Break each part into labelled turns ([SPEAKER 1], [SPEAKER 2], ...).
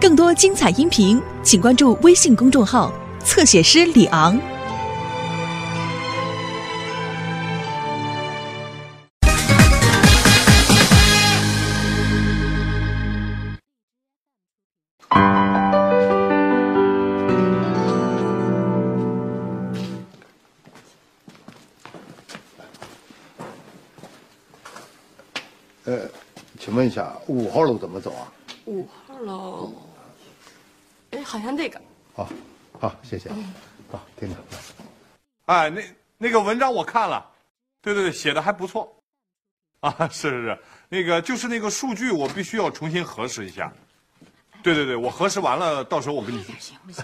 [SPEAKER 1] 更多精彩音频，请关注微信公众号“侧写师李昂
[SPEAKER 2] 呃，请问一下，五号路怎么走啊？
[SPEAKER 3] 五号楼，哎，好像这个，
[SPEAKER 2] 好，哦好，谢谢。
[SPEAKER 4] 嗯
[SPEAKER 2] 好，听着。
[SPEAKER 5] 哎，那那个文章我看了，对对对，写的还不错， 啊，是是是，那个就是那个数据我必须要重新核实一下，对对对，我核实完了，到时候我给你，
[SPEAKER 3] 行不行？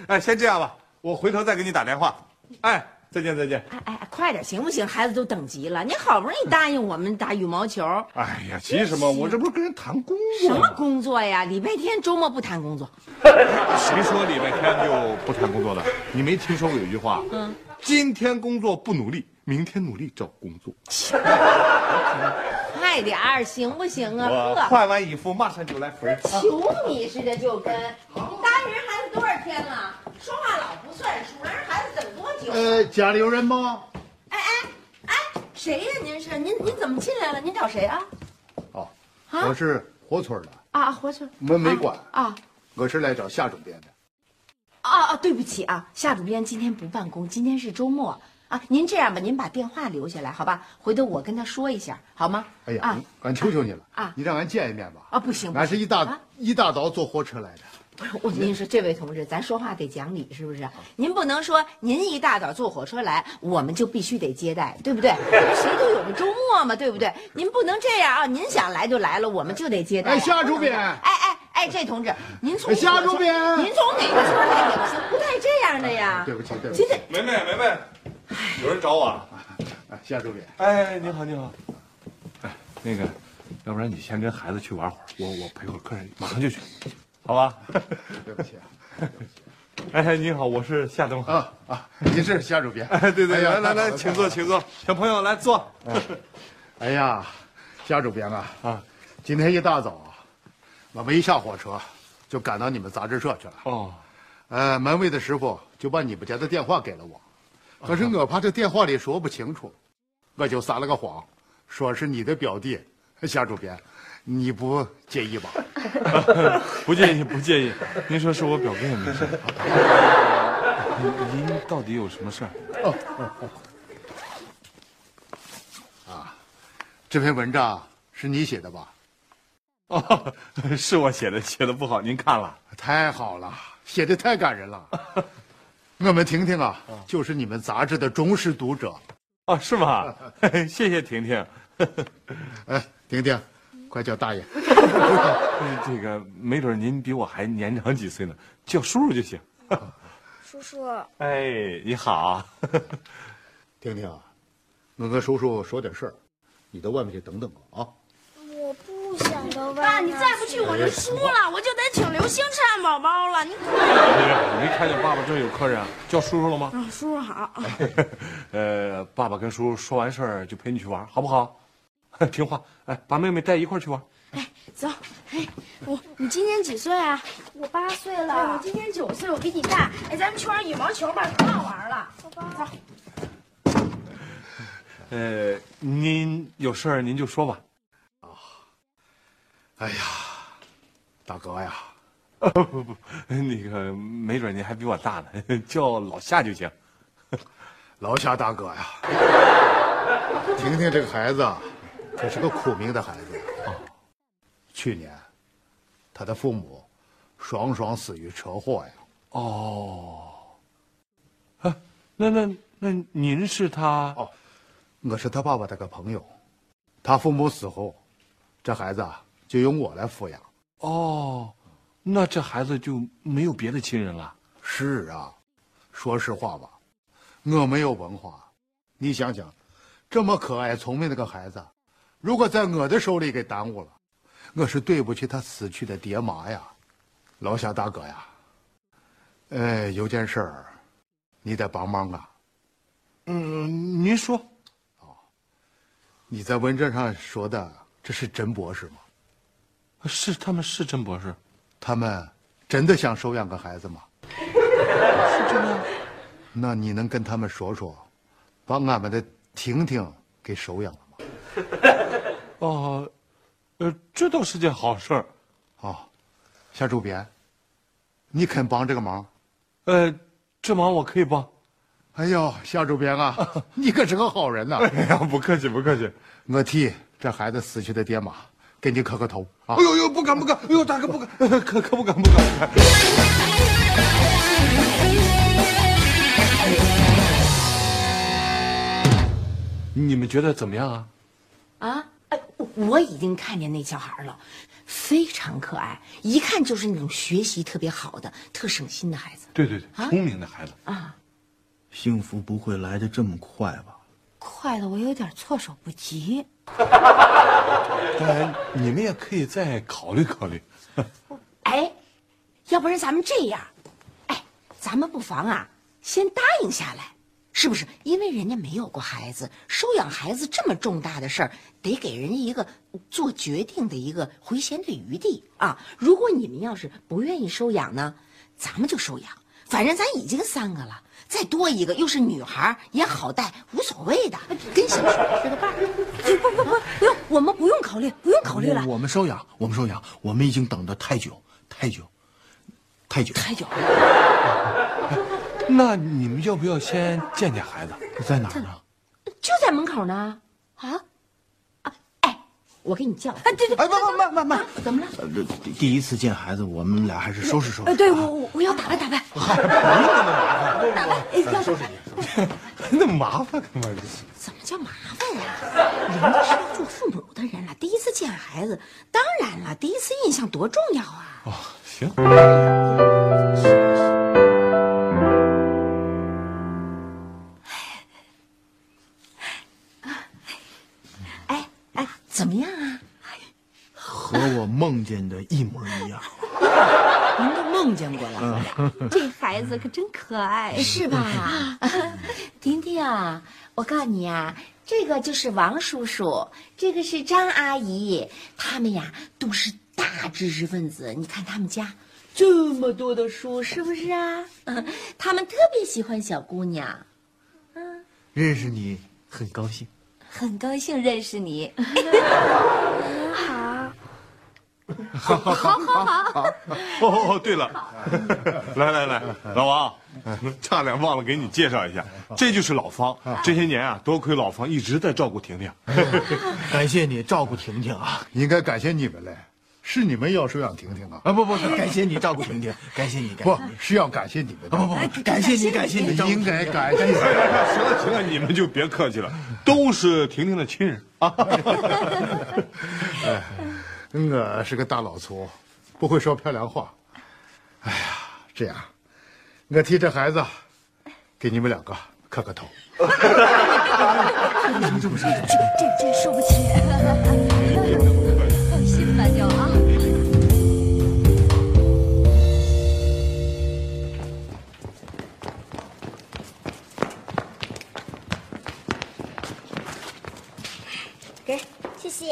[SPEAKER 5] 哎，先这样吧，我回头再给你打电话，哎，再见再见，
[SPEAKER 4] 哎哎，哎快点行不行？孩子都等急了，你好不容易答应我们打羽毛球，
[SPEAKER 5] 哎呀，急什么？我这不是跟人谈工
[SPEAKER 4] 什
[SPEAKER 5] 作
[SPEAKER 4] 么
[SPEAKER 5] 吗？
[SPEAKER 4] 工作呀？礼拜天、周末不谈工作，
[SPEAKER 5] 谁说礼拜天就不谈工作的？你没听说过有一句话？嗯，今天工作不努力，明天努力找工作。
[SPEAKER 4] 快点儿行不行啊？
[SPEAKER 5] 我
[SPEAKER 4] 呵，
[SPEAKER 5] 换完衣服马上就来分儿。
[SPEAKER 4] 求你似的就跟，你答应人孩子多少天了？说话老不算数，让人孩子等多久？
[SPEAKER 2] 呃，家里有人吗？
[SPEAKER 4] 哎哎哎，谁呀、您是您您怎么进来了？您找谁啊？
[SPEAKER 2] 哦，我是活村的，
[SPEAKER 4] 啊，活去
[SPEAKER 2] 门没关，
[SPEAKER 4] 啊
[SPEAKER 2] 我是来找夏主编的。
[SPEAKER 4] 啊啊！对不起啊，夏主编今天不办公，今天是周末啊。您这样吧，您把电话留下来，好吧？回头我跟他说一下，好吗？
[SPEAKER 2] 哎呀，
[SPEAKER 4] 啊
[SPEAKER 2] 俺，俺求求你了
[SPEAKER 4] 啊
[SPEAKER 2] 你让俺见一面吧。
[SPEAKER 4] 啊不行不
[SPEAKER 2] 俺是一大、
[SPEAKER 4] 啊
[SPEAKER 2] 一大早坐火车来的。
[SPEAKER 4] 不是我跟你说，这位同志，咱说话得讲理，是不是？您不能说您一大早坐火车来，我们就必须得接待，对不对？谁都有个周末嘛，对不对？您不能这样啊！您想来就来了，我们就得接待啊。
[SPEAKER 2] 哎夏主编
[SPEAKER 4] 不能这样哎哎哎，这同志，您从
[SPEAKER 2] 哎夏主编
[SPEAKER 4] 您从哪个村来也不行，不带这样的呀。
[SPEAKER 2] 啊哎对不起对不起
[SPEAKER 4] 真的，
[SPEAKER 5] 梅梅梅梅，有人找我啊。
[SPEAKER 2] 哎，夏主编，
[SPEAKER 5] 哎，你好，你好。哎，那个，要不然你先跟孩子去玩会儿，我我陪会儿客人，马上就去，好吧？
[SPEAKER 2] 对不起啊
[SPEAKER 5] 哎，你好，我是夏东。
[SPEAKER 2] 啊啊！你是夏主编？
[SPEAKER 5] 哎， 对对，
[SPEAKER 2] 哎呀
[SPEAKER 5] 来来来，
[SPEAKER 2] 太好了太好
[SPEAKER 5] 请坐，
[SPEAKER 2] 了
[SPEAKER 5] 请坐，小朋友来坐。
[SPEAKER 2] 哎呀，夏主编啊
[SPEAKER 5] 啊，
[SPEAKER 2] 今天一大早啊，我们一下火车就赶到你们杂志社去了。
[SPEAKER 5] 哦，
[SPEAKER 2] 呃，门卫的师傅就把你们家的电话给了我，可是我怕这电话里说不清楚，我就撒了个谎，说是你的表弟夏主编，你不介意吧？
[SPEAKER 5] 不介意，不介意。您说是我表哥也没事。 您您到底有什么事儿？
[SPEAKER 2] 这篇文章是你写的吧？
[SPEAKER 5] 哦， 是我写的，写的不好，您看了。
[SPEAKER 2] 太好了，写的太感人了。我们婷婷啊，就是你们杂志的忠实读者。
[SPEAKER 5] 哦，是吗？ 谢谢婷婷。
[SPEAKER 2] 哎，婷婷，快叫大爷。
[SPEAKER 5] 这个没准您比我还年长几岁呢，叫叔叔就行。
[SPEAKER 6] 叔叔，
[SPEAKER 5] 哎，你好。
[SPEAKER 2] 婷婷啊，我跟叔叔说点事儿，你到外面去等等我啊。
[SPEAKER 6] 我不想到
[SPEAKER 3] 爸，
[SPEAKER 6] 外面。
[SPEAKER 3] 你再不去我就输了，我就得请刘星吃汉堡包了。你
[SPEAKER 5] 哎没看见爸爸这有客人啊，叫叔叔了
[SPEAKER 7] 哎
[SPEAKER 5] 吗？
[SPEAKER 3] 啊，叔叔好，
[SPEAKER 5] 呃，爸爸跟叔叔说完事儿就陪你去玩，好不好？ 听话，哎，把妹妹带一块儿去玩。
[SPEAKER 3] 走。哎，我你今年几岁啊？
[SPEAKER 6] 我八岁
[SPEAKER 3] 哎，我
[SPEAKER 6] 了，
[SPEAKER 3] 今年九岁，我比你大。哎，咱们去玩羽毛球吧，可好玩了。
[SPEAKER 5] 呃，您有事儿您就说吧。
[SPEAKER 2] 哎呀，大哥呀，
[SPEAKER 5] 那个没准您还比我大呢， 叫老夏就行。
[SPEAKER 2] 劳驾大哥呀，婷婷这个孩子啊可是个苦命的孩子。去年，他的父母双双死于车祸呀。
[SPEAKER 5] 哦，啊，那那那您是他？
[SPEAKER 2] 哦我是他爸爸的个朋友，他父母死后，这孩子啊就由我来抚养。
[SPEAKER 5] 哦，那这孩子就没有别的亲人了？
[SPEAKER 2] 是啊，说实话吧，我没有文化，你想想，这么可爱聪明的个孩子，如果在我的手里给耽误了，我是对不起他死去的爹妈呀，老夏大哥呀。哎，有件事儿，你得帮忙啊！
[SPEAKER 5] 嗯，您说。
[SPEAKER 2] 你在文章上说的，这是真博士吗？
[SPEAKER 5] 是他们是真博士，
[SPEAKER 2] 他们真的想收养个孩子吗？是真的。那你能跟他们说说，把俺们的婷婷给收养了吗？
[SPEAKER 5] 哦，呃，这倒是件好事儿。
[SPEAKER 2] 啊，夏主编，你肯帮这个忙？
[SPEAKER 5] 呃，这忙我可以帮。
[SPEAKER 2] 哎呦，夏主编 啊，你可是个好人呐、
[SPEAKER 5] 哎呀，不客气，不客气。
[SPEAKER 2] 我替这孩子死去的爹妈给你磕个头啊
[SPEAKER 5] 哎！呦呦，不敢不敢，哎呦大哥不敢， 可可不敢不敢不敢。你们觉得怎么样啊？
[SPEAKER 4] 啊，哎，我我已经看见那小孩了，非常可爱，一看就是那种学习特别好的、特省心的孩子。
[SPEAKER 5] 对对对，聪明的孩子。
[SPEAKER 8] 幸福不会来得这么快吧？
[SPEAKER 7] 快的我有点措手不及。
[SPEAKER 5] 当然，你们也可以再考虑考虑。
[SPEAKER 4] 哎，要不然咱们这样，哎，咱们不妨啊，先答应下来，是不是？因为人家没有过孩子，收养孩子这么重大的事儿，得给人家一个做决定的一个回旋的余地啊。如果你们要是不愿意收养呢，咱们就收养，反正咱已经三个了。再多一个又是女孩儿也好带，无所谓的，跟小水是个伴儿。
[SPEAKER 7] 不不不，不用，哎我们不用考虑，不用考虑了。
[SPEAKER 8] 我我们收养，我们收养，我们已经等得太久，太久，太久。
[SPEAKER 4] 太久了。
[SPEAKER 5] 那你们要不要先见见孩子？
[SPEAKER 8] 在哪儿啊呢？
[SPEAKER 4] 就在门口呢。啊啊！哎，我给你叫。
[SPEAKER 7] 哎，对对，
[SPEAKER 8] 哎，慢慢慢慢慢。
[SPEAKER 4] 怎么了？
[SPEAKER 8] 呃这第第一次见孩子，我们俩还是收拾收拾。
[SPEAKER 7] 哎，对我我我要打扮打扮。打扮，哎，要打扮。
[SPEAKER 5] 那么麻烦干嘛？
[SPEAKER 4] 怎么叫麻烦呀、人家是要做父母的人了，啊第一次见孩子，当然了，第一次印象多重要啊！
[SPEAKER 5] 哦，行。
[SPEAKER 4] 哎哎，怎么样啊？
[SPEAKER 8] 和我梦见的一模一样。
[SPEAKER 4] 您都梦见过了，
[SPEAKER 7] 这孩子可真可爱。
[SPEAKER 4] 哎是 吧？
[SPEAKER 7] 婷婷啊，
[SPEAKER 4] 我告诉你呀、这个就是王叔叔，这个是张阿姨，他们呀都是大知识分子。你看他们家这么多的书，是不是啊？ 他们特别喜欢小姑娘。
[SPEAKER 8] 认识你很高兴。
[SPEAKER 7] 很高兴认识你。
[SPEAKER 6] 好，
[SPEAKER 5] 哦哦，对了，来来来，老王，差点忘了给你介绍一下，这就是老方。这些年啊，多亏老方一直在照顾婷婷。
[SPEAKER 8] 感谢你照顾婷婷啊！
[SPEAKER 2] 应该感谢你们嘞，是你们要收养婷婷啊，
[SPEAKER 8] 啊不不，感谢你照顾婷婷，感谢你，感
[SPEAKER 2] 不
[SPEAKER 8] 谢你。
[SPEAKER 2] 是要感谢你们的哎
[SPEAKER 8] 啊。不不不，感谢你，感谢你，照顾
[SPEAKER 2] 应
[SPEAKER 8] 婷
[SPEAKER 2] 该
[SPEAKER 8] 婷
[SPEAKER 2] 感谢。
[SPEAKER 5] 行了行了，你们就别客气了，都是婷婷的亲人啊。
[SPEAKER 2] 我是个大老粗，不会说漂亮话。哎呀，这样，我替这孩子给你们两个磕个头。
[SPEAKER 7] 这这这受不起，放心吧就啊。
[SPEAKER 6] 给，谢谢。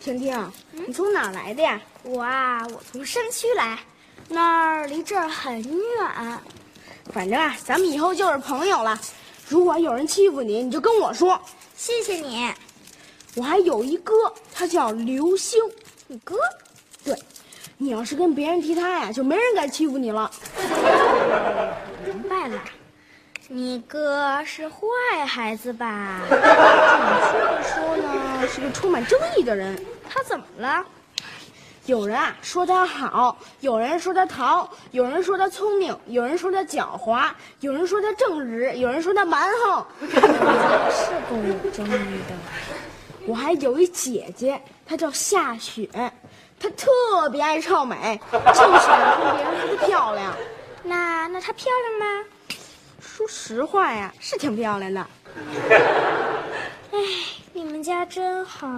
[SPEAKER 3] 婷婷，你从哪儿来的呀？
[SPEAKER 6] 我啊，我从山区来，那儿离这儿很远。
[SPEAKER 3] 反正啊，咱们以后就是朋友了。如果有人欺负你，你就跟我说。
[SPEAKER 6] 谢谢你，
[SPEAKER 3] 我还有一哥，他叫刘星。
[SPEAKER 6] 你哥。
[SPEAKER 3] 对，你要是跟别人提他呀，就没人敢欺负你了。
[SPEAKER 6] 明白了，你哥是坏孩子吧？
[SPEAKER 3] 说呢，是个充满争议的人。
[SPEAKER 6] 他怎么了？
[SPEAKER 3] 有人啊说他好，有人说他淘，有人说他聪明，有人说他狡猾，有人说他正直，有人说他蛮横。
[SPEAKER 6] 是够有争议的。
[SPEAKER 3] 我还有一姐姐，她叫夏雪，她特别爱臭美，就是想跟别人说她漂亮。
[SPEAKER 6] 那那她漂亮吗？
[SPEAKER 3] 说实话呀，是挺漂亮的。哎
[SPEAKER 6] 你们家真好。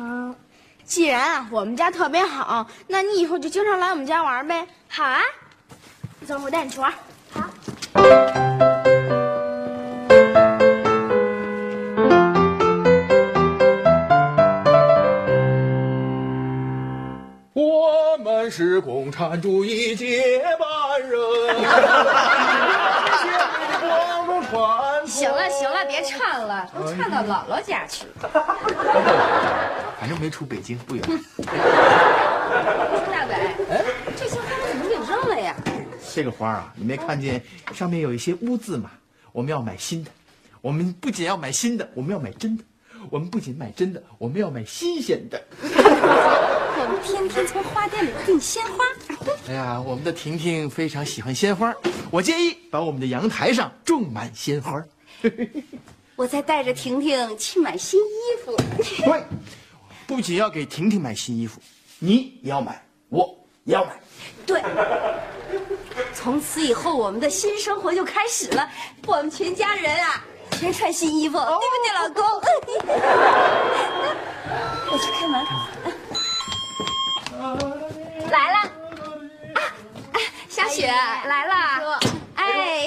[SPEAKER 3] 既然啊我们家特别好，那你以后就经常来我们家玩呗。
[SPEAKER 6] 好啊，
[SPEAKER 3] 走，我带你去玩。
[SPEAKER 5] 我
[SPEAKER 9] 我们是共产主义接班人，坚定的光荣传统。
[SPEAKER 4] 行了行了，别唱了，都唱到姥姥家去。
[SPEAKER 8] 反正没出北京，不远。
[SPEAKER 4] 大伟，这些花怎么给扔了呀？
[SPEAKER 8] 这个花啊，你没看见上面有一些污渍吗？我们要买新的，我们不仅要买新的，我们要买真的。我们不仅买真的，我们要买新鲜的。
[SPEAKER 6] 我们天天从花店里订鲜花，
[SPEAKER 8] 哎呀，我们的婷婷非常喜欢鲜花，我建议把我们的阳台上种满鲜花。
[SPEAKER 6] 我再带着婷婷去买新衣服。
[SPEAKER 8] 对，不仅要给婷婷买新衣服，你也要买，我也要买。
[SPEAKER 6] 对， 从此以后我们的新生活就开始了。我们全家人啊，全穿新衣服，对不对，老公？ 我去开门。来了，啊啊小雪来了。哎，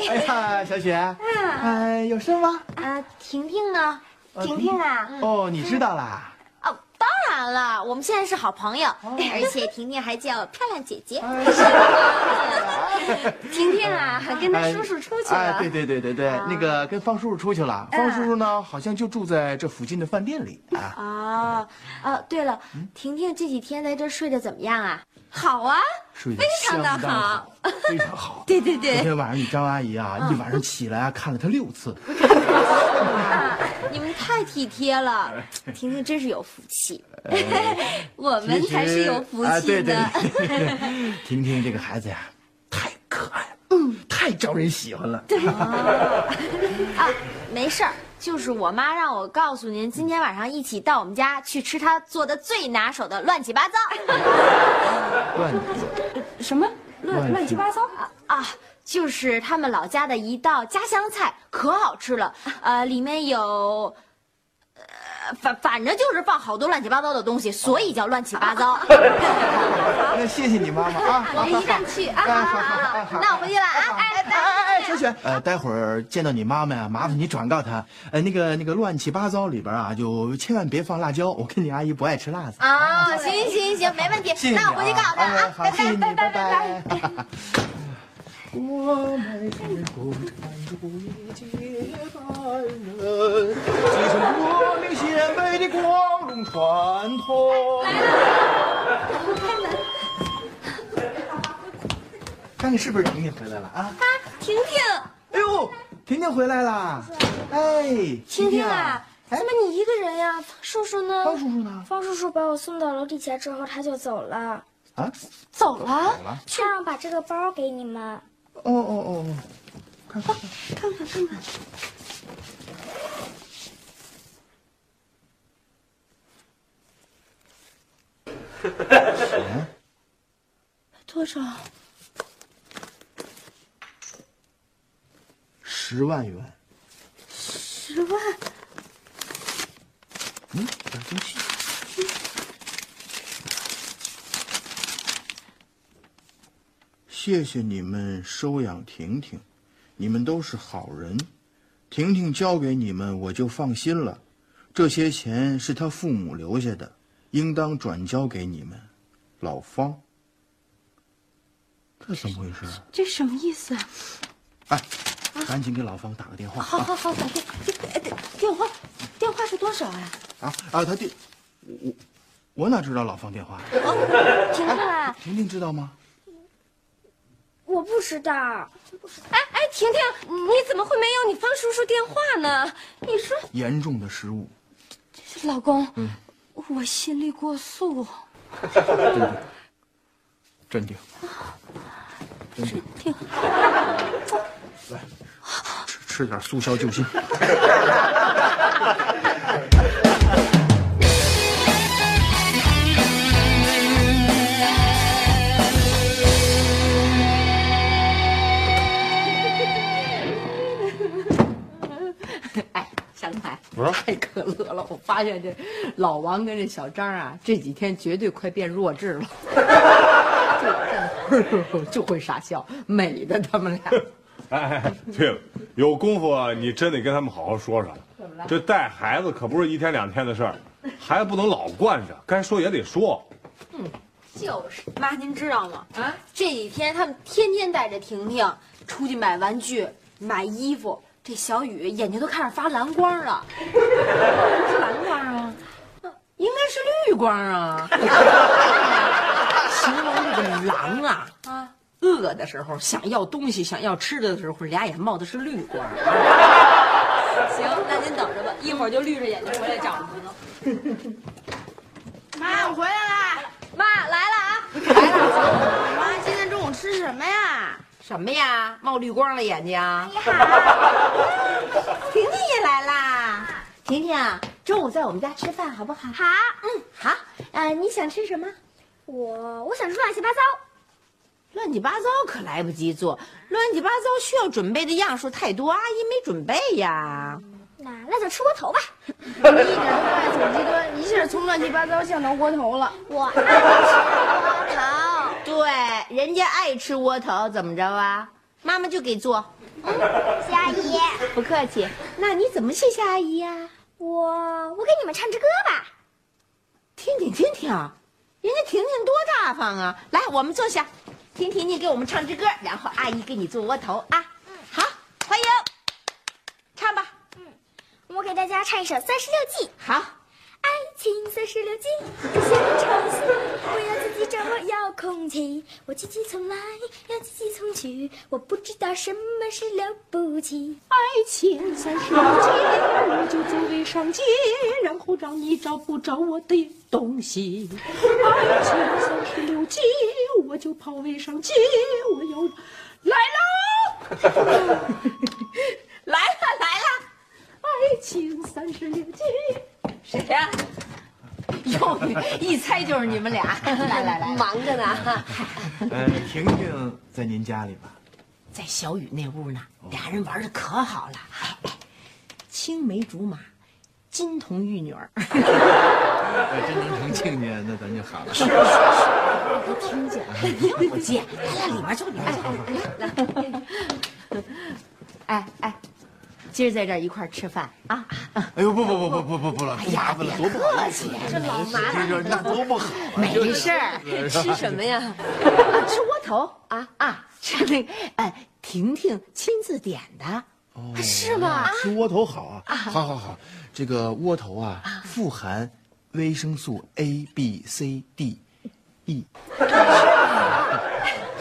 [SPEAKER 8] 哎呀，小雪，哎，有事吗？
[SPEAKER 6] 啊，婷婷呢？婷婷啊，
[SPEAKER 8] 呃哦，你知道啦。
[SPEAKER 6] 哦，当然了，我们现在是好朋友，而且婷婷还叫漂亮姐姐。
[SPEAKER 8] 哎
[SPEAKER 6] 婷婷啊，还跟她叔叔出去
[SPEAKER 8] 哎，
[SPEAKER 6] 了啊嗯
[SPEAKER 8] 对。对对对对，那个跟方叔叔出去了。方叔叔呢，好像就住在这附近的饭店里啊。
[SPEAKER 6] 哦，哦，对了，
[SPEAKER 8] 嗯
[SPEAKER 6] 婷婷这几天在这睡得怎么样啊？好啊，
[SPEAKER 8] 睡得
[SPEAKER 6] 非常的
[SPEAKER 8] 相当
[SPEAKER 6] 好嗯
[SPEAKER 8] 好。，非常好。
[SPEAKER 6] 对对
[SPEAKER 8] 昨
[SPEAKER 6] 对，
[SPEAKER 8] 天晚上你张阿姨啊，一晚上起来啊，看了她六次。
[SPEAKER 6] 啊，你们太体贴了，婷婷真是有福气，
[SPEAKER 8] 哎
[SPEAKER 6] 我们才是有福
[SPEAKER 8] 啊
[SPEAKER 6] 气
[SPEAKER 8] 对对
[SPEAKER 6] 的。
[SPEAKER 8] 对 婷婷这个孩子呀，太可爱了，嗯，太招人喜欢了。
[SPEAKER 6] 啊，没事儿，就是我妈让我告诉您，今天晚上一起到我们家去吃她做的最拿手的乱七八糟。
[SPEAKER 8] 乱
[SPEAKER 4] 什么乱
[SPEAKER 8] 乱
[SPEAKER 4] 乱七八糟？
[SPEAKER 6] 啊，就是他们老家的一道家乡菜，可好吃了。
[SPEAKER 8] 啊
[SPEAKER 6] 呃，里面有，呃，反反正就是放好多乱七八糟的东西，所以叫乱七八 糟。
[SPEAKER 8] 那谢谢你妈妈啊。 好
[SPEAKER 6] 没
[SPEAKER 8] 好
[SPEAKER 6] 事儿去啊，
[SPEAKER 8] 哎
[SPEAKER 6] 好
[SPEAKER 8] 好好
[SPEAKER 6] 好
[SPEAKER 8] 好
[SPEAKER 6] 好，
[SPEAKER 8] 好
[SPEAKER 6] 那我回去了啊，哎，拜拜。
[SPEAKER 8] 哎，小雪，呃，待会儿见到你妈妈呀，麻烦你转告她，呃，那个那个乱七八糟里边啊，就千万别放辣椒，我跟你阿姨不爱吃辣子。
[SPEAKER 6] 哦，行行行，没问题
[SPEAKER 8] 谢谢你啊
[SPEAKER 6] 那我回去告诉他
[SPEAKER 8] 哎
[SPEAKER 6] 啊，
[SPEAKER 8] 好，
[SPEAKER 6] 拜
[SPEAKER 8] 谢谢
[SPEAKER 6] 拜
[SPEAKER 8] 你，
[SPEAKER 6] 拜拜拜拜。
[SPEAKER 8] 拜拜。
[SPEAKER 9] 我们是共产主义接班人，继承革命先辈的光荣传统。
[SPEAKER 8] 看看是不是婷婷回来了啊？
[SPEAKER 6] 啊，婷婷，
[SPEAKER 8] 哎呦，婷婷回来啦！哎，
[SPEAKER 6] 婷婷啊，
[SPEAKER 8] 哎
[SPEAKER 10] 怎么你一个人呀？方叔叔呢？
[SPEAKER 8] 方叔叔呢？
[SPEAKER 10] 方叔叔把我送到楼底下之后，他就走了。
[SPEAKER 8] 啊，
[SPEAKER 6] 走了。
[SPEAKER 10] 他让我把这个包给你们。
[SPEAKER 8] 哦哦哦哦，看看，
[SPEAKER 10] 多少？
[SPEAKER 8] 十万元，
[SPEAKER 10] 十万？
[SPEAKER 8] 嗯，小东西。谢谢你们收养婷婷，你们都是好人。婷婷交给你们，我就放心了。这些钱是她父母留下的，应当转交给你们。老方，这怎么回事啊？
[SPEAKER 10] 这什么意思啊？
[SPEAKER 8] 哎，赶紧给老方打个电话
[SPEAKER 10] 好好好，打电哎电电话，电话是多少啊？
[SPEAKER 8] 啊啊！他电，我我我哪知道老方电话？啊
[SPEAKER 10] 婷婷啊，
[SPEAKER 8] 婷婷知道吗？
[SPEAKER 10] 我不知道。
[SPEAKER 6] 哎哎，婷婷，你怎么会没有你方叔叔电话呢？你说，
[SPEAKER 8] 严重的失误。
[SPEAKER 10] 老公，
[SPEAKER 6] 嗯
[SPEAKER 10] 我心力过速。
[SPEAKER 8] 镇定，镇定，来，吃吃点速效救心。
[SPEAKER 4] 哎，香菜， 太可乐了！我发现这老王跟这小张啊，这几天绝对快变弱智了，就站那儿就会傻笑，美的他们俩。
[SPEAKER 5] 哎， 对了，有功夫啊，你真得跟他们好好说说。这带孩子可不是一天两天的事儿，还不能老惯着，该说也得说。
[SPEAKER 6] 就是妈，您知道吗？
[SPEAKER 4] 啊，
[SPEAKER 6] 这几天他们天天带着婷婷出去买玩具、买衣服，这小雨眼睛都开始发蓝光了。
[SPEAKER 4] 是蓝光啊，
[SPEAKER 6] 应该是绿光啊。
[SPEAKER 4] 形容这个狼啊，
[SPEAKER 6] 啊，
[SPEAKER 4] 饿的时候想要东西、想要吃的的时候，俩眼冒的是绿光。
[SPEAKER 6] 行，那您等着吧，一会儿就绿着眼睛回来找您了。
[SPEAKER 3] 妈，我回来啦！
[SPEAKER 6] 妈来了啊！
[SPEAKER 3] 妈，今天中午吃什么呀？
[SPEAKER 4] 什么呀？冒绿光了眼睛？啊
[SPEAKER 6] 婷婷也来啦。婷婷啊，中午在我们家吃饭好不好？
[SPEAKER 10] 好，
[SPEAKER 6] 嗯，好。呃，你想吃什么？
[SPEAKER 10] 我我想吃乱七八糟。
[SPEAKER 4] 乱七八糟可来不及做，乱七八糟需要准备的样数太多，阿姨没准备呀。
[SPEAKER 10] 那那就吃窝头吧。
[SPEAKER 3] 你一点都不爱走极端，一下从乱七八糟降到窝头了。
[SPEAKER 10] 我爱吃窝头。
[SPEAKER 4] 对，人家爱吃窝头，怎么着啊？妈妈就给做，
[SPEAKER 10] 谢谢阿姨，
[SPEAKER 4] 不客气。那你怎么谢谢阿姨啊呀、
[SPEAKER 10] 我我给你们唱支歌吧。
[SPEAKER 4] 听听听听，人家婷婷多大方啊！来，我们坐下，听婷婷给我们唱支歌，然后阿姨给你做窝头啊。
[SPEAKER 10] 嗯
[SPEAKER 4] 好，欢迎，唱吧。
[SPEAKER 10] 我给大家唱一首《三十六计》。
[SPEAKER 4] 好，
[SPEAKER 10] 爱情三十六计，想抄袭，我要自己掌握遥控器，我自己从来，要自己从去，我不知道什么是了不起。
[SPEAKER 11] 爱情三十六计，我就走为上计，然后让你找不着我的东西。爱情三十六计，我就跑为上计，我要来喽！
[SPEAKER 4] 来了来了，
[SPEAKER 11] 爱情三十六计，
[SPEAKER 4] 谁呀、哟，一猜就是你 们俩。来来来，
[SPEAKER 6] 忙 着呢。
[SPEAKER 8] 呃，婷婷在您家里吧？
[SPEAKER 4] 在小雨那屋呢，俩人玩的可好了， 哎哎，青梅竹马，金童玉女儿。
[SPEAKER 8] 呃，真能成亲家，那咱就好了。
[SPEAKER 4] 没听见，你又不接，来来，里面坐， 里面坐，来来。哎哎，今儿在这儿一块儿吃饭啊！
[SPEAKER 2] 哎呦，不不不不不不不
[SPEAKER 8] 哎
[SPEAKER 2] 了，太麻烦了，多不好意思。
[SPEAKER 4] 这老麻
[SPEAKER 2] 这这那多不好啊！
[SPEAKER 4] 没事儿，
[SPEAKER 6] 吃什么呀？
[SPEAKER 4] 啊吃窝头啊啊， 吃那个哎，婷婷亲自点的，啊
[SPEAKER 8] 是吗？吃窝头好啊！好好好，这个窝头啊，富含维生素 A、B、C、D、E。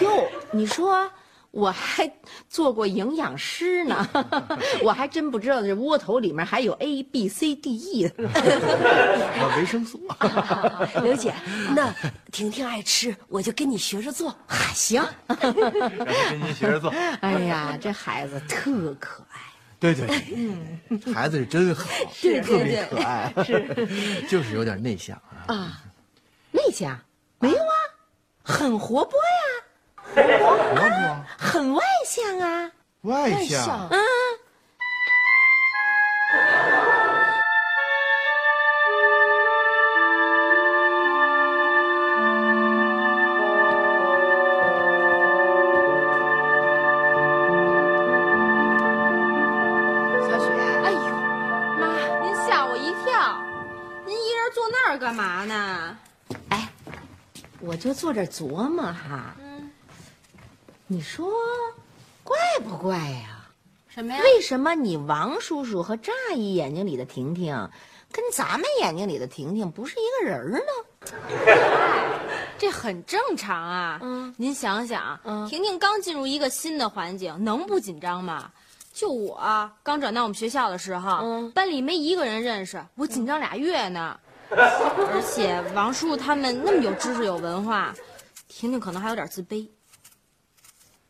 [SPEAKER 4] 哟，你说我还做过营养师呢， 我还真不知道这窝头里面还有 A B C D E。
[SPEAKER 8] 啊，维生素。
[SPEAKER 11] 刘姐，那婷婷爱吃，我就跟你学着做。
[SPEAKER 4] 啊行，
[SPEAKER 8] 让他 跟您学着做。
[SPEAKER 4] 哎呀，这孩子特可爱。
[SPEAKER 8] 对对，对，孩子是真 好，特别可爱，是， 就是有点内向啊。
[SPEAKER 4] 内向？没有啊，很活泼呀，
[SPEAKER 8] 活泼，
[SPEAKER 4] 很外向啊。
[SPEAKER 8] 外向，
[SPEAKER 4] 小雪，
[SPEAKER 6] 哎呦，妈，您吓我一跳，您一人坐那儿干嘛呢？
[SPEAKER 4] 我就坐这儿琢磨哈。你说怪不怪呀、
[SPEAKER 6] 什么呀？
[SPEAKER 4] 为什么你王叔叔和乍姨眼睛里的婷婷，跟咱们眼睛里的婷婷不是一个人儿呢？
[SPEAKER 6] 这很正常啊。
[SPEAKER 4] 嗯
[SPEAKER 6] 您想想，
[SPEAKER 4] 嗯
[SPEAKER 6] 婷婷刚进入一个新的环境，能不紧张吗？就我啊刚转到我们学校的时候，
[SPEAKER 4] 嗯
[SPEAKER 6] 班里没一个人认识，我紧张俩月呢。而且王叔他们那么有知识有文化，婷婷可能还有点自卑。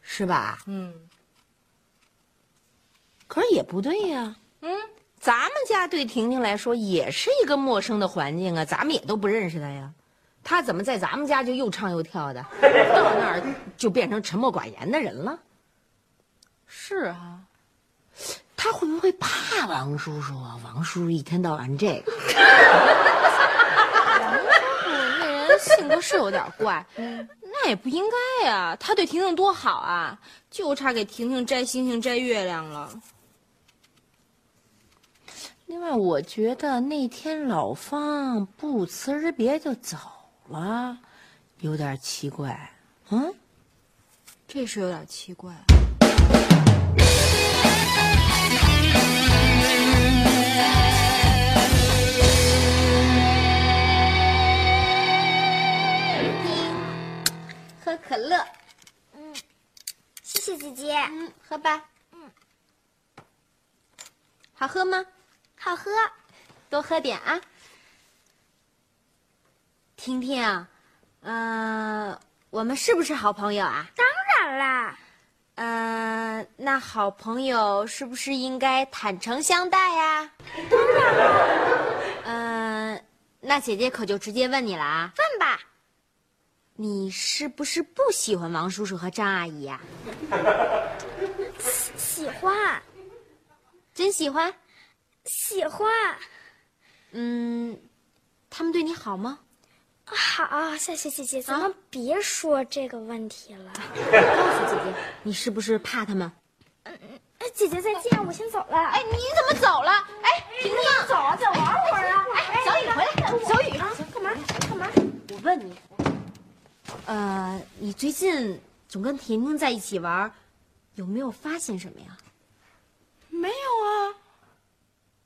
[SPEAKER 4] 是吧？
[SPEAKER 6] 嗯
[SPEAKER 4] 可是也不对呀、
[SPEAKER 6] 嗯，
[SPEAKER 4] 咱们家对婷婷来说也是一个陌生的环境啊，咱们也都不认识她呀。她怎么在咱们家就又唱又跳的，到那儿就变成沉默寡言的人了？
[SPEAKER 6] 是啊，
[SPEAKER 4] 她会不会怕王叔叔啊？王叔叔一天到晚这个，
[SPEAKER 6] 那人性格是有点怪，那也不应该呀、他对婷婷多好啊，就差给婷婷摘星星摘月亮了。
[SPEAKER 4] 另外我觉得那天老方不辞而别就走了，有点奇怪，嗯，
[SPEAKER 6] 这是有点奇怪。
[SPEAKER 12] 喝可乐。嗯，谢谢姐姐。嗯，喝吧。嗯，好喝吗？好喝，
[SPEAKER 6] 多喝点啊。婷婷啊，嗯、我们是不是好朋友啊？
[SPEAKER 12] 当然啦。
[SPEAKER 6] 嗯、那好朋友是不是应该坦诚相待啊呀、嗯、那姐姐可就直接问你了啊，
[SPEAKER 12] 问吧。
[SPEAKER 6] 你是不是不喜欢王叔叔和张阿姨啊呀、
[SPEAKER 12] 喜喜欢，
[SPEAKER 6] 真喜欢？
[SPEAKER 12] 喜欢，
[SPEAKER 6] 嗯，他们对你好吗？
[SPEAKER 10] 啊
[SPEAKER 12] 好，夏雪姐姐，咱们别说这个问题了。
[SPEAKER 6] 你是不是怕他们？
[SPEAKER 10] 嗯
[SPEAKER 12] 哎，姐姐再见，我先走了。哎，
[SPEAKER 6] 你怎么走了？哎，
[SPEAKER 12] 婷婷，走啊，再玩会儿啊。哎，
[SPEAKER 4] 小雨回来，小雨，
[SPEAKER 12] 干嘛？干嘛？
[SPEAKER 6] 我问你，呃，你最近总跟婷婷在一起玩儿，有没有发现什么呀？
[SPEAKER 13] 没有啊，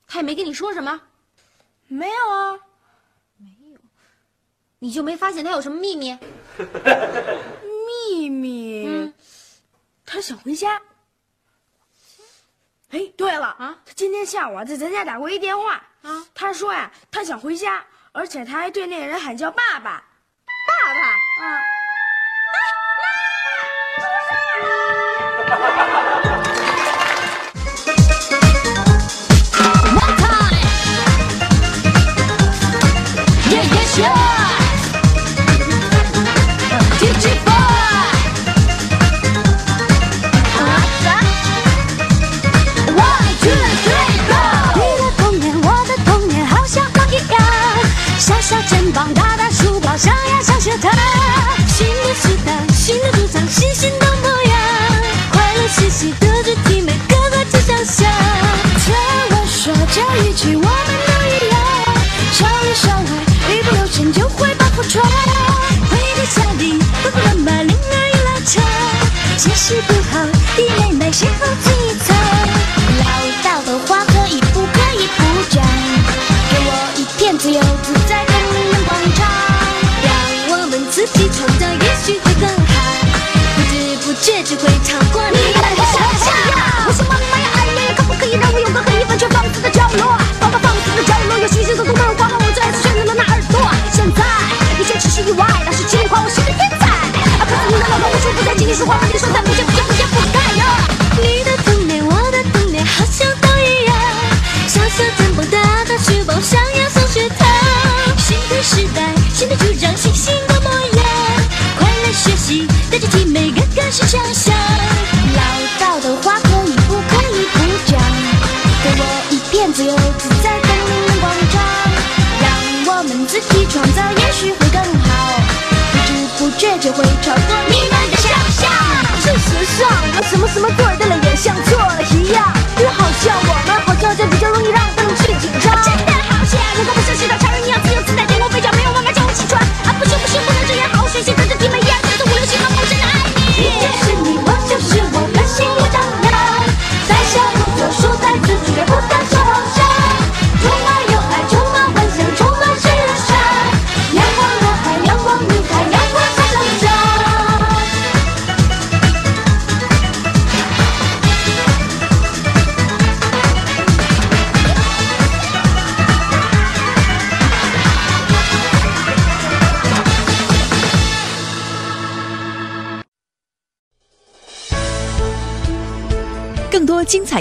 [SPEAKER 6] 她也没跟你说什么，
[SPEAKER 13] 没有啊，
[SPEAKER 6] 你就没发现她有什么秘密？
[SPEAKER 13] 秘密。他想回家。哎，对了啊，他今天下午啊在咱家打过一电话啊，他说呀、他想回家，而且他还对那个人喊叫爸爸，爸爸啊。
[SPEAKER 7] Yeah, yeah, sure. DJ boy. One, two, three, go. 你的童年，我的童年，好像梦一样。小小肩膀，大大书包，上呀上学堂。新的时代，新的主张，新新的模样。快乐嘻嘻，德智体美，个个志向想。听我说这一句，我们都一样。少年少女，一不留神就会把火闯。回到家里，爸爸妈妈铃儿一拉长，解释不好，弟妹妹谁好自己猜。唠叨的话可以不可以不讲？给我一片自由自在的阳光场，让我们自己创造，也许会更好。不知不觉就会超过你的想象。我想妈妈呀，哎呀呀，可不可以让我有个可以完全放肆的角落？爸爸放肆的角落有星星从头开始刮满我最爱最炫的那耳朵。现在一切只是意外，那是情况，我是个天才。啊，可是你的老公我说不在，请你说话让你说在不见不见不见不该呀。你的童年，我的童年，好像都一样。小小肩膀，大大书包，上呀上学堂。新的时代，新的主张，新新的模样。快乐学习，带着体美，个个是强项。唠叨的话可以不可以不讲？给我一片自由自在的阳光场，让我们自己创造，也许会更好。不知不觉就会超过你们的想象。
[SPEAKER 14] 事实上，我什么什么对的了，也像错了一样。就好像我们好像就比较容易让他们去紧张。真的好险，如果不是世道常人一样自由自在，天空飞翔，没有妈妈叫我起床。啊，不行不行，不能这样，好好学习，跟着弟妹一样，学着五六七八，我真的爱你。你就是你，我就是我，个性我张扬，在笑不作，输在自己，也不敢说好笑。充满有爱，充满幻想，充满时尚。阳光男孩，阳光女孩，阳光在成长。
[SPEAKER 1] 更多精彩